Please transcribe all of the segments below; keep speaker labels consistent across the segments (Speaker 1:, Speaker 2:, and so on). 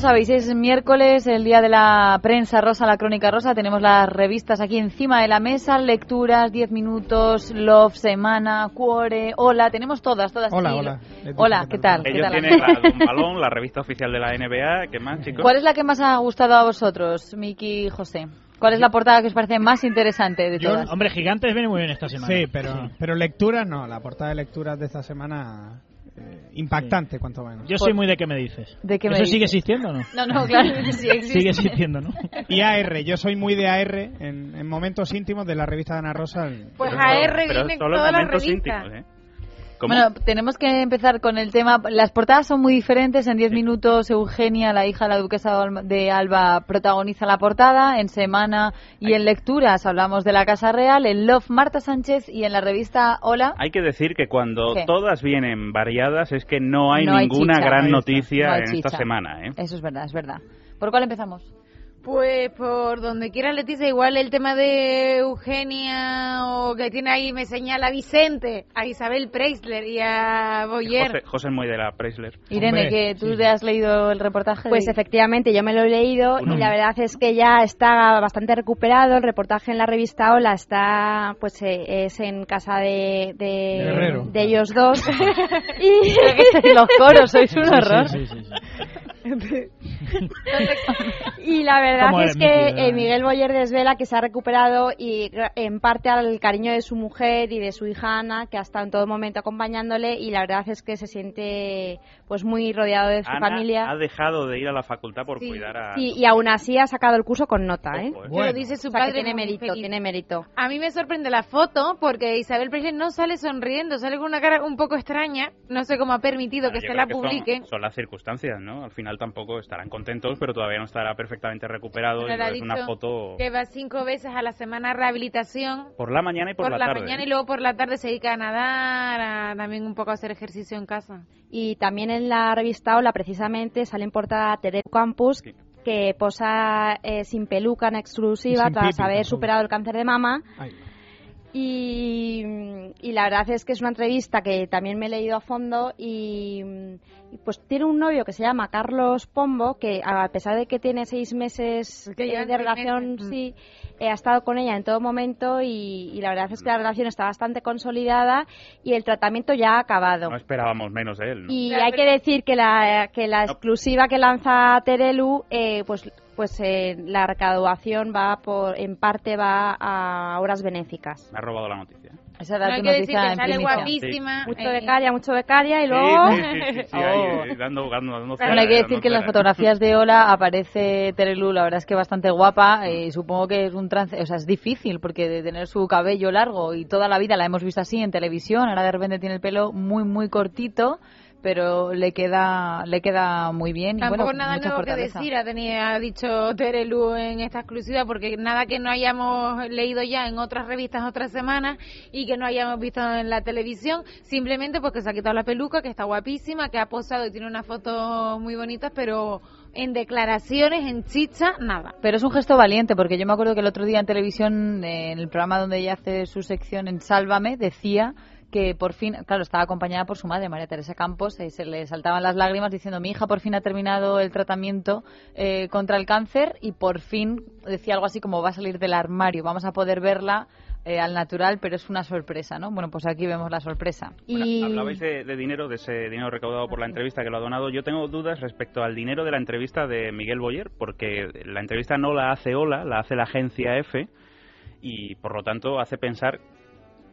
Speaker 1: sabéis, es miércoles, el día de la prensa rosa, la crónica rosa. Tenemos las revistas aquí encima de la mesa, lecturas, 10 minutos, Love, Semana, Cuore, Hola, tenemos todas, todas.
Speaker 2: Hola,
Speaker 1: aquí.
Speaker 2: hola.
Speaker 1: Hola, ¿qué tal? ¿Qué
Speaker 3: Ellos
Speaker 1: tal?
Speaker 3: tienen la Don Balón, la revista oficial de la NBA. ¿Qué más, chicos?
Speaker 1: ¿Cuál es la que más ha gustado a vosotros, Miki y José? ¿Cuál es la portada que os parece más interesante de
Speaker 4: Yo-
Speaker 1: todas?
Speaker 4: hombre, Gigantes viene muy bien esta semana.
Speaker 2: Sí, pero, pero lecturas no, la portada de lecturas de esta semana eh, impactante cuanto menos.
Speaker 4: Yo soy muy de qué me dices.
Speaker 1: ¿De qué me
Speaker 4: ¿Eso sigue
Speaker 1: dices?
Speaker 4: existiendo o no?
Speaker 1: No, no, claro, sí existe.
Speaker 4: Sigue existiendo, ¿no?
Speaker 2: Y AR, yo soy muy de AR en, en momentos íntimos de la revista de Ana Rosa. el-
Speaker 5: Pues
Speaker 3: Pero
Speaker 5: AR
Speaker 3: solo- pero
Speaker 5: viene
Speaker 3: solo
Speaker 5: toda la
Speaker 3: momentos
Speaker 5: revista.
Speaker 3: íntimos, ¿eh? ¿Cómo?
Speaker 1: Bueno, tenemos que empezar con el tema. Las portadas son muy diferentes. En 10 minutos, Eugenia, la hija de la duquesa de Alba- de Alba, protagoniza la portada. En Semana y en Lecturas hablamos de la Casa Real. En Love, Marta Sánchez. Y en la revista Hola.
Speaker 3: Hay que decir que cuando
Speaker 1: ¿Qué?
Speaker 3: todas vienen variadas es que no hay
Speaker 1: No hay
Speaker 3: ninguna
Speaker 1: chicha.
Speaker 3: gran
Speaker 2: Ahí está.
Speaker 3: noticia
Speaker 1: No hay
Speaker 3: en
Speaker 1: chicha.
Speaker 3: esta semana, ¿eh?
Speaker 1: Eso es verdad, es verdad. ¿Por cuál empezamos?
Speaker 5: Pues por donde quiera Leticia, igual el tema de Eugenia o que tiene ahí, me señala a Vicente, a Isabel Preisler y a Boyer.
Speaker 3: José, José es muy de la Preisler.
Speaker 1: Irene, que tú te has leído el reportaje.
Speaker 6: Pues
Speaker 1: de-
Speaker 6: efectivamente, yo me lo he leído
Speaker 3: Uno.
Speaker 6: y la verdad es que ya está bastante recuperado. El reportaje en la revista Hola está, pues eh, es en casa de, de-
Speaker 2: Guerrero.
Speaker 6: de ellos dos. y
Speaker 1: los coros, sois un Ah, horror.
Speaker 4: Sí, sí, sí, sí.
Speaker 6: Y la
Speaker 4: ¿Cómo
Speaker 6: verdad
Speaker 4: eres,
Speaker 6: es
Speaker 4: Miki,
Speaker 6: que
Speaker 4: verdad?
Speaker 6: eh, Miguel Boyer desvela que se ha recuperado y gra- en parte al cariño de su mujer y de su hija Ana, que ha estado en todo momento acompañándole y la verdad es que se siente pues muy rodeado de su
Speaker 3: Ana
Speaker 6: familia.
Speaker 3: ha dejado de ir a la facultad por
Speaker 5: Sí,
Speaker 3: cuidar a...
Speaker 6: Sí, y aún así ha sacado el curso con nota, ¿eh?
Speaker 3: Ojo, ¿eh?
Speaker 5: que
Speaker 2: Bueno.
Speaker 5: lo dice su
Speaker 6: O sea, que
Speaker 5: padre
Speaker 6: tiene
Speaker 5: muy
Speaker 6: mérito,
Speaker 5: feliz.
Speaker 6: tiene mérito.
Speaker 5: A mí me sorprende la foto porque Isabel Preisler no sale sonriendo, sale con una cara un poco extraña. No sé cómo ha permitido
Speaker 3: Bueno,
Speaker 5: que
Speaker 3: yo
Speaker 5: se
Speaker 3: creo
Speaker 5: la
Speaker 3: que son-
Speaker 5: publiquen.
Speaker 3: Son, las circunstancias, ¿no? Al final tampoco estarán contentos, pero todavía no estará perfectamente recuperado.
Speaker 5: Pero
Speaker 3: y
Speaker 5: le ha
Speaker 3: es una
Speaker 5: dicho
Speaker 3: foto
Speaker 5: Que va cinco veces a la semana a rehabilitación.
Speaker 3: por la mañana y por,
Speaker 5: Por, la,
Speaker 3: tarde. ¿eh?
Speaker 5: mañana y luego por la tarde se dedica a nadar, a también un poco a hacer ejercicio en casa.
Speaker 6: Y también en la revista Hola, precisamente, sale en portada Tere Campus,
Speaker 3: Sí.
Speaker 6: que posa eh, sin peluca en exclusiva
Speaker 2: Y sin
Speaker 6: tras
Speaker 2: pipi
Speaker 6: haber
Speaker 2: tampoco.
Speaker 6: superado el cáncer de mama.
Speaker 2: Ay.
Speaker 6: Y, y la verdad es que es una entrevista que también me he leído a fondo y, y pues tiene un novio que se llama Carlos Pombo, que a pesar de que tiene seis meses
Speaker 5: Es que
Speaker 6: eh,
Speaker 5: llevan
Speaker 6: de
Speaker 5: seis
Speaker 6: relación,
Speaker 5: meses. mm.
Speaker 6: sí, eh, ha estado con ella en todo momento y, y la verdad es que la relación está bastante consolidada y el tratamiento ya ha acabado.
Speaker 3: No esperábamos menos de él, Ah, ¿no?
Speaker 6: Y
Speaker 5: Claro,
Speaker 6: hay
Speaker 5: pero-
Speaker 6: que decir que la, que la
Speaker 3: No.
Speaker 6: exclusiva que lanza Terelu, eh, pues, pues eh, la recaudación va por, en parte va a obras benéficas.
Speaker 3: Me ha robado la noticia.
Speaker 1: Esa era
Speaker 5: No
Speaker 1: tu
Speaker 5: hay que decir
Speaker 1: noticia
Speaker 5: que
Speaker 1: en
Speaker 5: sale
Speaker 1: primicia.
Speaker 5: guapísima.
Speaker 6: Mucho
Speaker 5: eh,
Speaker 6: becaria, mucho becaria y
Speaker 3: Sí,
Speaker 6: luego...
Speaker 3: sí, sí, sí, sí, ahí, eh, dando, dando, dando cera,
Speaker 1: Bueno, Oh. hay que
Speaker 3: eh,
Speaker 1: decir
Speaker 3: dando
Speaker 1: que en las
Speaker 3: cera.
Speaker 1: fotografías de Ola aparece Terelu, la verdad es que bastante guapa. eh, supongo que es un trance, o sea, es difícil porque de tener su cabello largo y toda la vida la hemos visto así en televisión, ahora de repente tiene el pelo muy, muy cortito, pero le queda, le queda muy bien. y
Speaker 5: Tampoco
Speaker 1: bueno,
Speaker 5: nada
Speaker 1: mucha
Speaker 5: nuevo
Speaker 1: fortaleza.
Speaker 5: que decir ha, tenido, ha dicho Terelu en esta exclusiva, porque nada que no hayamos leído ya en otras revistas otras semanas y que no hayamos visto en la televisión, simplemente porque se ha quitado la peluca, que está guapísima, que ha posado y tiene unas fotos muy bonitas, pero en declaraciones, en chicha, nada.
Speaker 1: Pero es un gesto valiente, porque yo me acuerdo que el otro día en televisión, eh, en el programa donde ella hace su sección en Sálvame, decía que por fin, claro, estaba acompañada por su madre, María Teresa Campos, eh, se le saltaban las lágrimas diciendo, mi hija por fin ha terminado el tratamiento eh, contra el cáncer y por fin decía algo así como va a salir del armario, vamos a poder verla eh, al natural, pero es una sorpresa, ¿no? Bueno, pues aquí vemos la sorpresa.
Speaker 3: Bueno,
Speaker 6: Y...
Speaker 3: Hablabais de, de dinero, de ese dinero recaudado por la entrevista que lo ha donado. Yo tengo dudas respecto al dinero de la entrevista de Miguel Boyer, porque la entrevista no la hace Ola, la hace la agencia F, y por lo tanto hace pensar.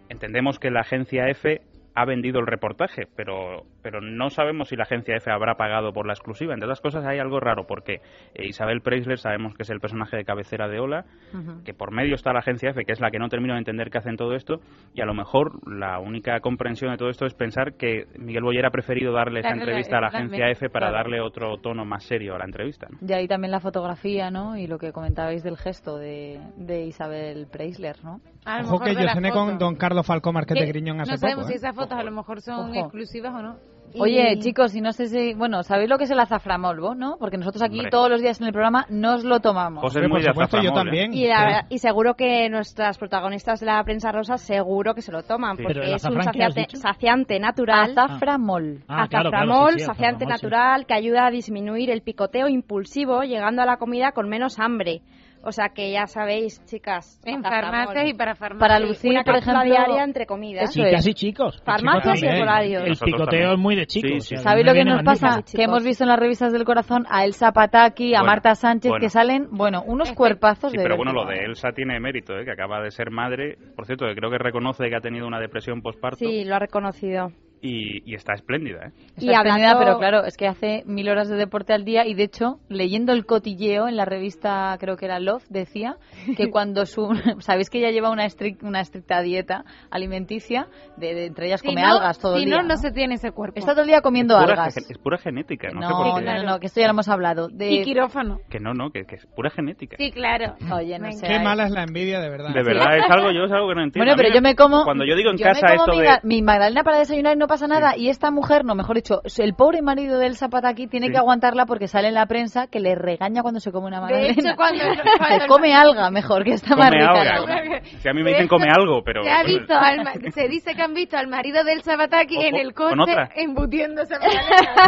Speaker 3: Entendemos que la agencia F ha vendido el reportaje, pero, pero no sabemos si la agencia F habrá pagado por la exclusiva. Entre otras cosas, hay algo raro, porque eh, Isabel Preisler sabemos que es el personaje de cabecera de Ola,
Speaker 1: Ujú.
Speaker 3: que por medio está la agencia F, que es la que no termino de entender que hacen todo esto, y a lo mejor la única comprensión de todo esto es pensar que Miguel Boyer ha preferido darle esa
Speaker 5: Darle la-
Speaker 3: entrevista a la agencia
Speaker 5: totalmente,
Speaker 3: F para
Speaker 5: claro.
Speaker 3: darle otro tono más serio a la entrevista. ¿no?
Speaker 1: Y ahí también la fotografía, ¿no? Y lo que comentabais del gesto de, de Isabel Preisler, ¿no?
Speaker 5: A lo
Speaker 2: Ojo
Speaker 5: mejor
Speaker 2: que
Speaker 5: de
Speaker 2: yo
Speaker 5: la
Speaker 2: cené
Speaker 5: foto.
Speaker 2: con don Carlos Falcó Márquez
Speaker 5: Que
Speaker 2: de Griñón hace
Speaker 5: Eh, No sabemos
Speaker 2: poco.
Speaker 5: si
Speaker 2: ¿eh?
Speaker 5: esas fotos a lo mejor son
Speaker 1: Ojo.
Speaker 5: exclusivas o no.
Speaker 6: y-
Speaker 1: Oye, chicos, y no sé si. Bueno, ¿sabéis lo que es el azaframolvo, no? Porque nosotros aquí
Speaker 3: Hombre.
Speaker 1: todos los días en el programa nos lo tomamos.
Speaker 3: José
Speaker 2: Hombre,
Speaker 3: es muy
Speaker 2: por
Speaker 3: de
Speaker 2: supuesto, yo
Speaker 3: azaframol, ¿eh?
Speaker 2: también.
Speaker 6: Y, la
Speaker 2: sí.
Speaker 6: verdad- y seguro que nuestras protagonistas de la prensa rosa seguro que se lo toman,
Speaker 4: Sí. Pero
Speaker 6: porque
Speaker 4: el
Speaker 6: es un
Speaker 4: azafrán, ¿qué has
Speaker 6: saciante,
Speaker 4: dicho?
Speaker 6: saciante natural.
Speaker 1: Azaframol.
Speaker 4: Ah, claro, claro, sí,
Speaker 6: azaframol,
Speaker 4: sí,
Speaker 6: saciante
Speaker 4: azaframol, sí.
Speaker 6: natural, que ayuda a disminuir el picoteo impulsivo, llegando a la comida con menos hambre. O sea que ya sabéis, chicas.
Speaker 5: En
Speaker 6: azaframol.
Speaker 5: farmacias y para farmacias.
Speaker 1: Para lucir,
Speaker 6: Una
Speaker 1: por
Speaker 6: cápsula
Speaker 1: ejemplo,
Speaker 6: diaria entre comidas.
Speaker 1: eso
Speaker 4: Chicas
Speaker 1: es.
Speaker 4: y chicos.
Speaker 6: Farmacias
Speaker 4: Chicos
Speaker 6: y
Speaker 4: también.
Speaker 6: horarios.
Speaker 4: El
Speaker 3: Nosotros
Speaker 4: picoteo
Speaker 3: también.
Speaker 4: es muy de chicos.
Speaker 3: Sí, sí.
Speaker 4: o sea,
Speaker 1: ¿Sabéis
Speaker 4: me
Speaker 1: lo que
Speaker 4: viene
Speaker 1: nos
Speaker 4: magnífico.
Speaker 1: pasa?
Speaker 6: Sí, chicos.
Speaker 1: Que hemos visto en las revistas del corazón a Elsa Pataki, a
Speaker 3: Bueno,
Speaker 1: Marta Sánchez,
Speaker 3: bueno.
Speaker 1: que salen, bueno, unos cuerpazos
Speaker 3: Sí,
Speaker 1: de.
Speaker 3: pero bueno, lo
Speaker 1: vértigo.
Speaker 3: de Elsa tiene mérito, ¿eh? que acaba de ser madre. Por cierto, que creo que reconoce que ha tenido una depresión postparto
Speaker 6: Sí, lo ha reconocido.
Speaker 3: y, y está espléndida. ¿eh?
Speaker 1: Está
Speaker 6: Y
Speaker 1: espléndida,
Speaker 6: hablando-
Speaker 1: pero claro, es que hace mil horas de deporte al día y de hecho, leyendo el cotilleo en la revista, creo que era Love, decía que cuando su. Sabéis que ella lleva una, estric- una estricta dieta alimenticia, de, de- entre ellas
Speaker 5: Si
Speaker 1: come
Speaker 5: no-
Speaker 1: algas todo
Speaker 5: si
Speaker 1: el día.
Speaker 5: no, no se tiene ese cuerpo.
Speaker 1: Está todo el día comiendo
Speaker 3: es, pura,
Speaker 1: algas.
Speaker 3: gen- es pura genética, no, sé
Speaker 1: No,
Speaker 3: por
Speaker 1: no,
Speaker 3: qué.
Speaker 1: no, no, que esto ya lo hemos hablado. De...
Speaker 5: Y quirófano.
Speaker 3: Que no, no, que, que es pura genética.
Speaker 5: Sí, claro.
Speaker 1: Oye, no
Speaker 5: Venga.
Speaker 1: sé.
Speaker 2: Qué mala es la envidia, de verdad.
Speaker 3: De verdad, es algo, yo es algo que no entiendo.
Speaker 1: Bueno,
Speaker 3: A mí
Speaker 1: pero yo me como.
Speaker 3: Cuando yo digo en
Speaker 1: yo me
Speaker 3: casa
Speaker 1: como
Speaker 3: esto
Speaker 1: mi,
Speaker 3: de.
Speaker 1: ga- mi magdalena para desayunar y no pasa nada. Y esta mujer, no, mejor dicho, el pobre marido del zapataki tiene
Speaker 3: Sí.
Speaker 1: que aguantarla porque sale en la prensa que le regaña cuando se come una
Speaker 5: De
Speaker 1: magdalena.
Speaker 5: hecho, cuando...
Speaker 1: O
Speaker 5: cuando
Speaker 1: come alga mejor, que está más
Speaker 3: Come
Speaker 1: rica.
Speaker 3: algo.
Speaker 1: la
Speaker 5: alga.
Speaker 1: alga.
Speaker 3: Si a mí me
Speaker 5: De
Speaker 3: dicen
Speaker 5: hecho,
Speaker 3: come algo, pero.
Speaker 5: Se, ha Este visto al ma- se dice que han visto al marido del Sabataki
Speaker 3: O-
Speaker 5: en el
Speaker 3: o- con
Speaker 5: coche
Speaker 3: otra.
Speaker 5: embutiendo Sabataki.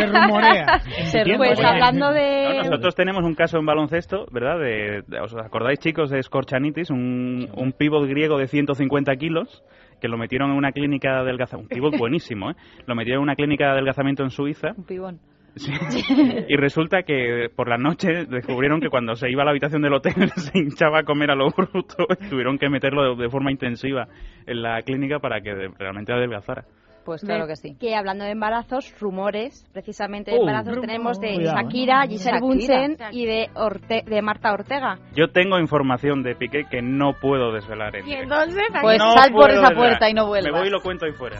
Speaker 2: Se rumorea.
Speaker 4: Entiendo,
Speaker 1: Pues
Speaker 4: oye.
Speaker 6: hablando de-
Speaker 3: No, nosotros tenemos un caso en baloncesto, ¿verdad? De, de- ¿Os acordáis, chicos, de Scorchanitis? Un, un pívot griego de 150 kilos que lo metieron en una clínica de adelgazamiento. Un pívot buenísimo, ¿eh? Lo metieron en una clínica de adelgazamiento en Suiza
Speaker 1: Un pibón.
Speaker 3: Sí. Y resulta que por la noche descubrieron que cuando se iba a la habitación del hotel se hinchaba a comer a lo bruto y tuvieron que meterlo de, de forma intensiva en la clínica para que de- realmente adelgazara.
Speaker 1: Pues claro que sí.
Speaker 6: Que hablando de embarazos, rumores, precisamente de
Speaker 4: Uh,
Speaker 6: embarazos
Speaker 4: rumor.
Speaker 6: tenemos de
Speaker 4: Cuidado, ¿eh?
Speaker 6: Shakira, Giselle
Speaker 1: Shakira.
Speaker 6: Bunsen y de, Orte- de Marta Ortega.
Speaker 3: Yo tengo información de Piqué que no puedo desvelar en
Speaker 5: Y
Speaker 3: directo.
Speaker 5: entonces...
Speaker 1: Pues
Speaker 3: No
Speaker 1: sal por
Speaker 3: puedo
Speaker 1: esa
Speaker 3: desvelar.
Speaker 1: puerta y no vuelvas.
Speaker 3: Me voy y lo cuento ahí fuera.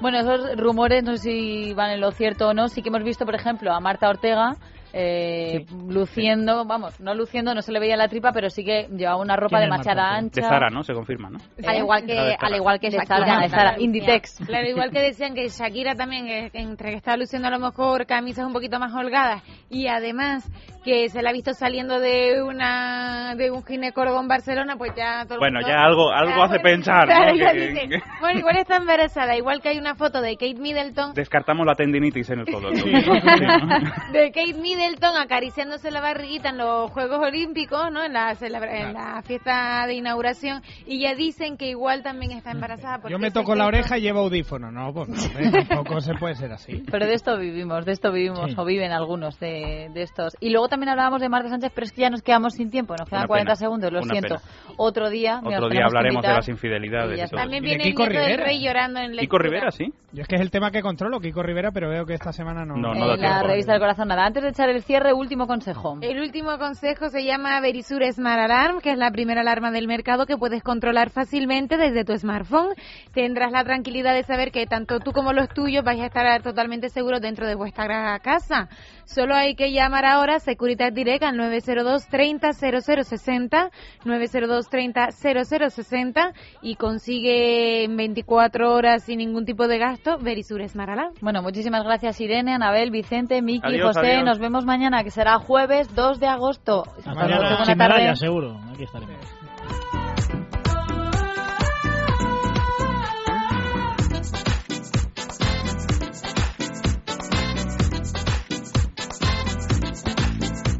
Speaker 1: Bueno, esos rumores, no sé si van en lo cierto o no. Sí que hemos visto, por ejemplo, a Marta Ortega eh, luciendo, vamos, no luciendo, no se le veía la tripa, pero sí que llevaba una ropa
Speaker 4: ¿Quién
Speaker 1: de
Speaker 4: es Marta
Speaker 1: machada
Speaker 4: Ortega?
Speaker 1: ancha.
Speaker 3: De Zara, ¿no? Se confirma, ¿no?
Speaker 1: ¿Eh?
Speaker 6: Al igual que,
Speaker 3: La de Zara.
Speaker 6: al igual que
Speaker 1: De
Speaker 6: Shakira.
Speaker 1: Zara, de Zara.
Speaker 5: Lucía.
Speaker 1: Inditex.
Speaker 5: Claro, igual que decían que Shakira también, eh, entre que está luciendo a lo mejor camisas un poquito más holgadas y además que se la ha visto saliendo de una de un ginecólogo en Barcelona, pues ya todo el
Speaker 3: Bueno,
Speaker 5: mundo-
Speaker 3: ya algo- algo hace pensar, ¿no?
Speaker 5: claro, ya
Speaker 3: Que-
Speaker 5: dice,
Speaker 3: que-
Speaker 5: Bueno, igual está embarazada, igual que hay una foto de Kate Middleton,
Speaker 3: Descartamos la tendinitis en el codo.
Speaker 5: de Kate Middleton acariciándose la barriguita en los Juegos Olímpicos, ¿no? En la, celebra- en la fiesta de inauguración y ya dicen que igual también está embarazada. porque
Speaker 2: Yo me
Speaker 5: ese
Speaker 2: toco la
Speaker 5: gesto-
Speaker 2: oreja y llevo audífono. No, pues no, hombre, tampoco se puede ser así.
Speaker 1: Pero de esto vivimos, de esto vivimos,
Speaker 4: Sí.
Speaker 1: o viven algunos de, de estos. Y luego también hablábamos de Marta Sánchez, pero es que ya nos quedamos sin tiempo, nos quedan
Speaker 3: Una
Speaker 1: 40
Speaker 3: pena,
Speaker 1: segundos, lo
Speaker 3: una
Speaker 1: siento.
Speaker 3: pena.
Speaker 1: Otro día, nos
Speaker 3: Otro
Speaker 1: tenemos
Speaker 3: día
Speaker 1: que
Speaker 3: hablaremos de
Speaker 1: invitar.
Speaker 3: las
Speaker 1: Y
Speaker 3: infidelidades.
Speaker 1: ya
Speaker 3: y
Speaker 1: está.
Speaker 3: todo eso.
Speaker 5: También
Speaker 2: Y de
Speaker 5: viene el
Speaker 2: Kiko
Speaker 5: nieto del
Speaker 2: Rivera.
Speaker 5: rey llorando en la
Speaker 3: Kiko
Speaker 5: esquina.
Speaker 3: Rivera, sí.
Speaker 2: Yo es que es el tema que controlo, Kiko Rivera, pero veo que esta semana no.
Speaker 3: No,
Speaker 1: En
Speaker 3: no da
Speaker 1: la
Speaker 3: tiempo.
Speaker 1: revista del corazón, nada. Antes de echar el cierre, último consejo.
Speaker 5: El último consejo se llama Verisur Smart Alarm, que es la primera alarma del mercado que puedes controlar fácilmente desde tu smartphone. Tendrás la tranquilidad de saber que tanto tú como los tuyos vais a estar totalmente seguros dentro de vuestra casa. Solo hay que llamar ahora a Securitas Direct al 902 30 0060, 902 30 0060 y consigue en 24 horas sin ningún tipo de gasto Verisur Smart Alarm.
Speaker 1: Bueno, muchísimas gracias Irene, Anabel, Vicente, Miki,
Speaker 3: Adiós,
Speaker 1: José.
Speaker 3: adiós.
Speaker 1: Nos vemos mañana, que será jueves 2 de agosto. Hasta
Speaker 4: Hasta
Speaker 1: luego,
Speaker 4: mañana,
Speaker 1: buena
Speaker 4: sin
Speaker 1: tarde.
Speaker 4: medalla, seguro. Aquí estaremos.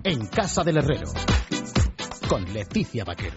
Speaker 7: En Casa del Herrero. Con Leticia Vaquero.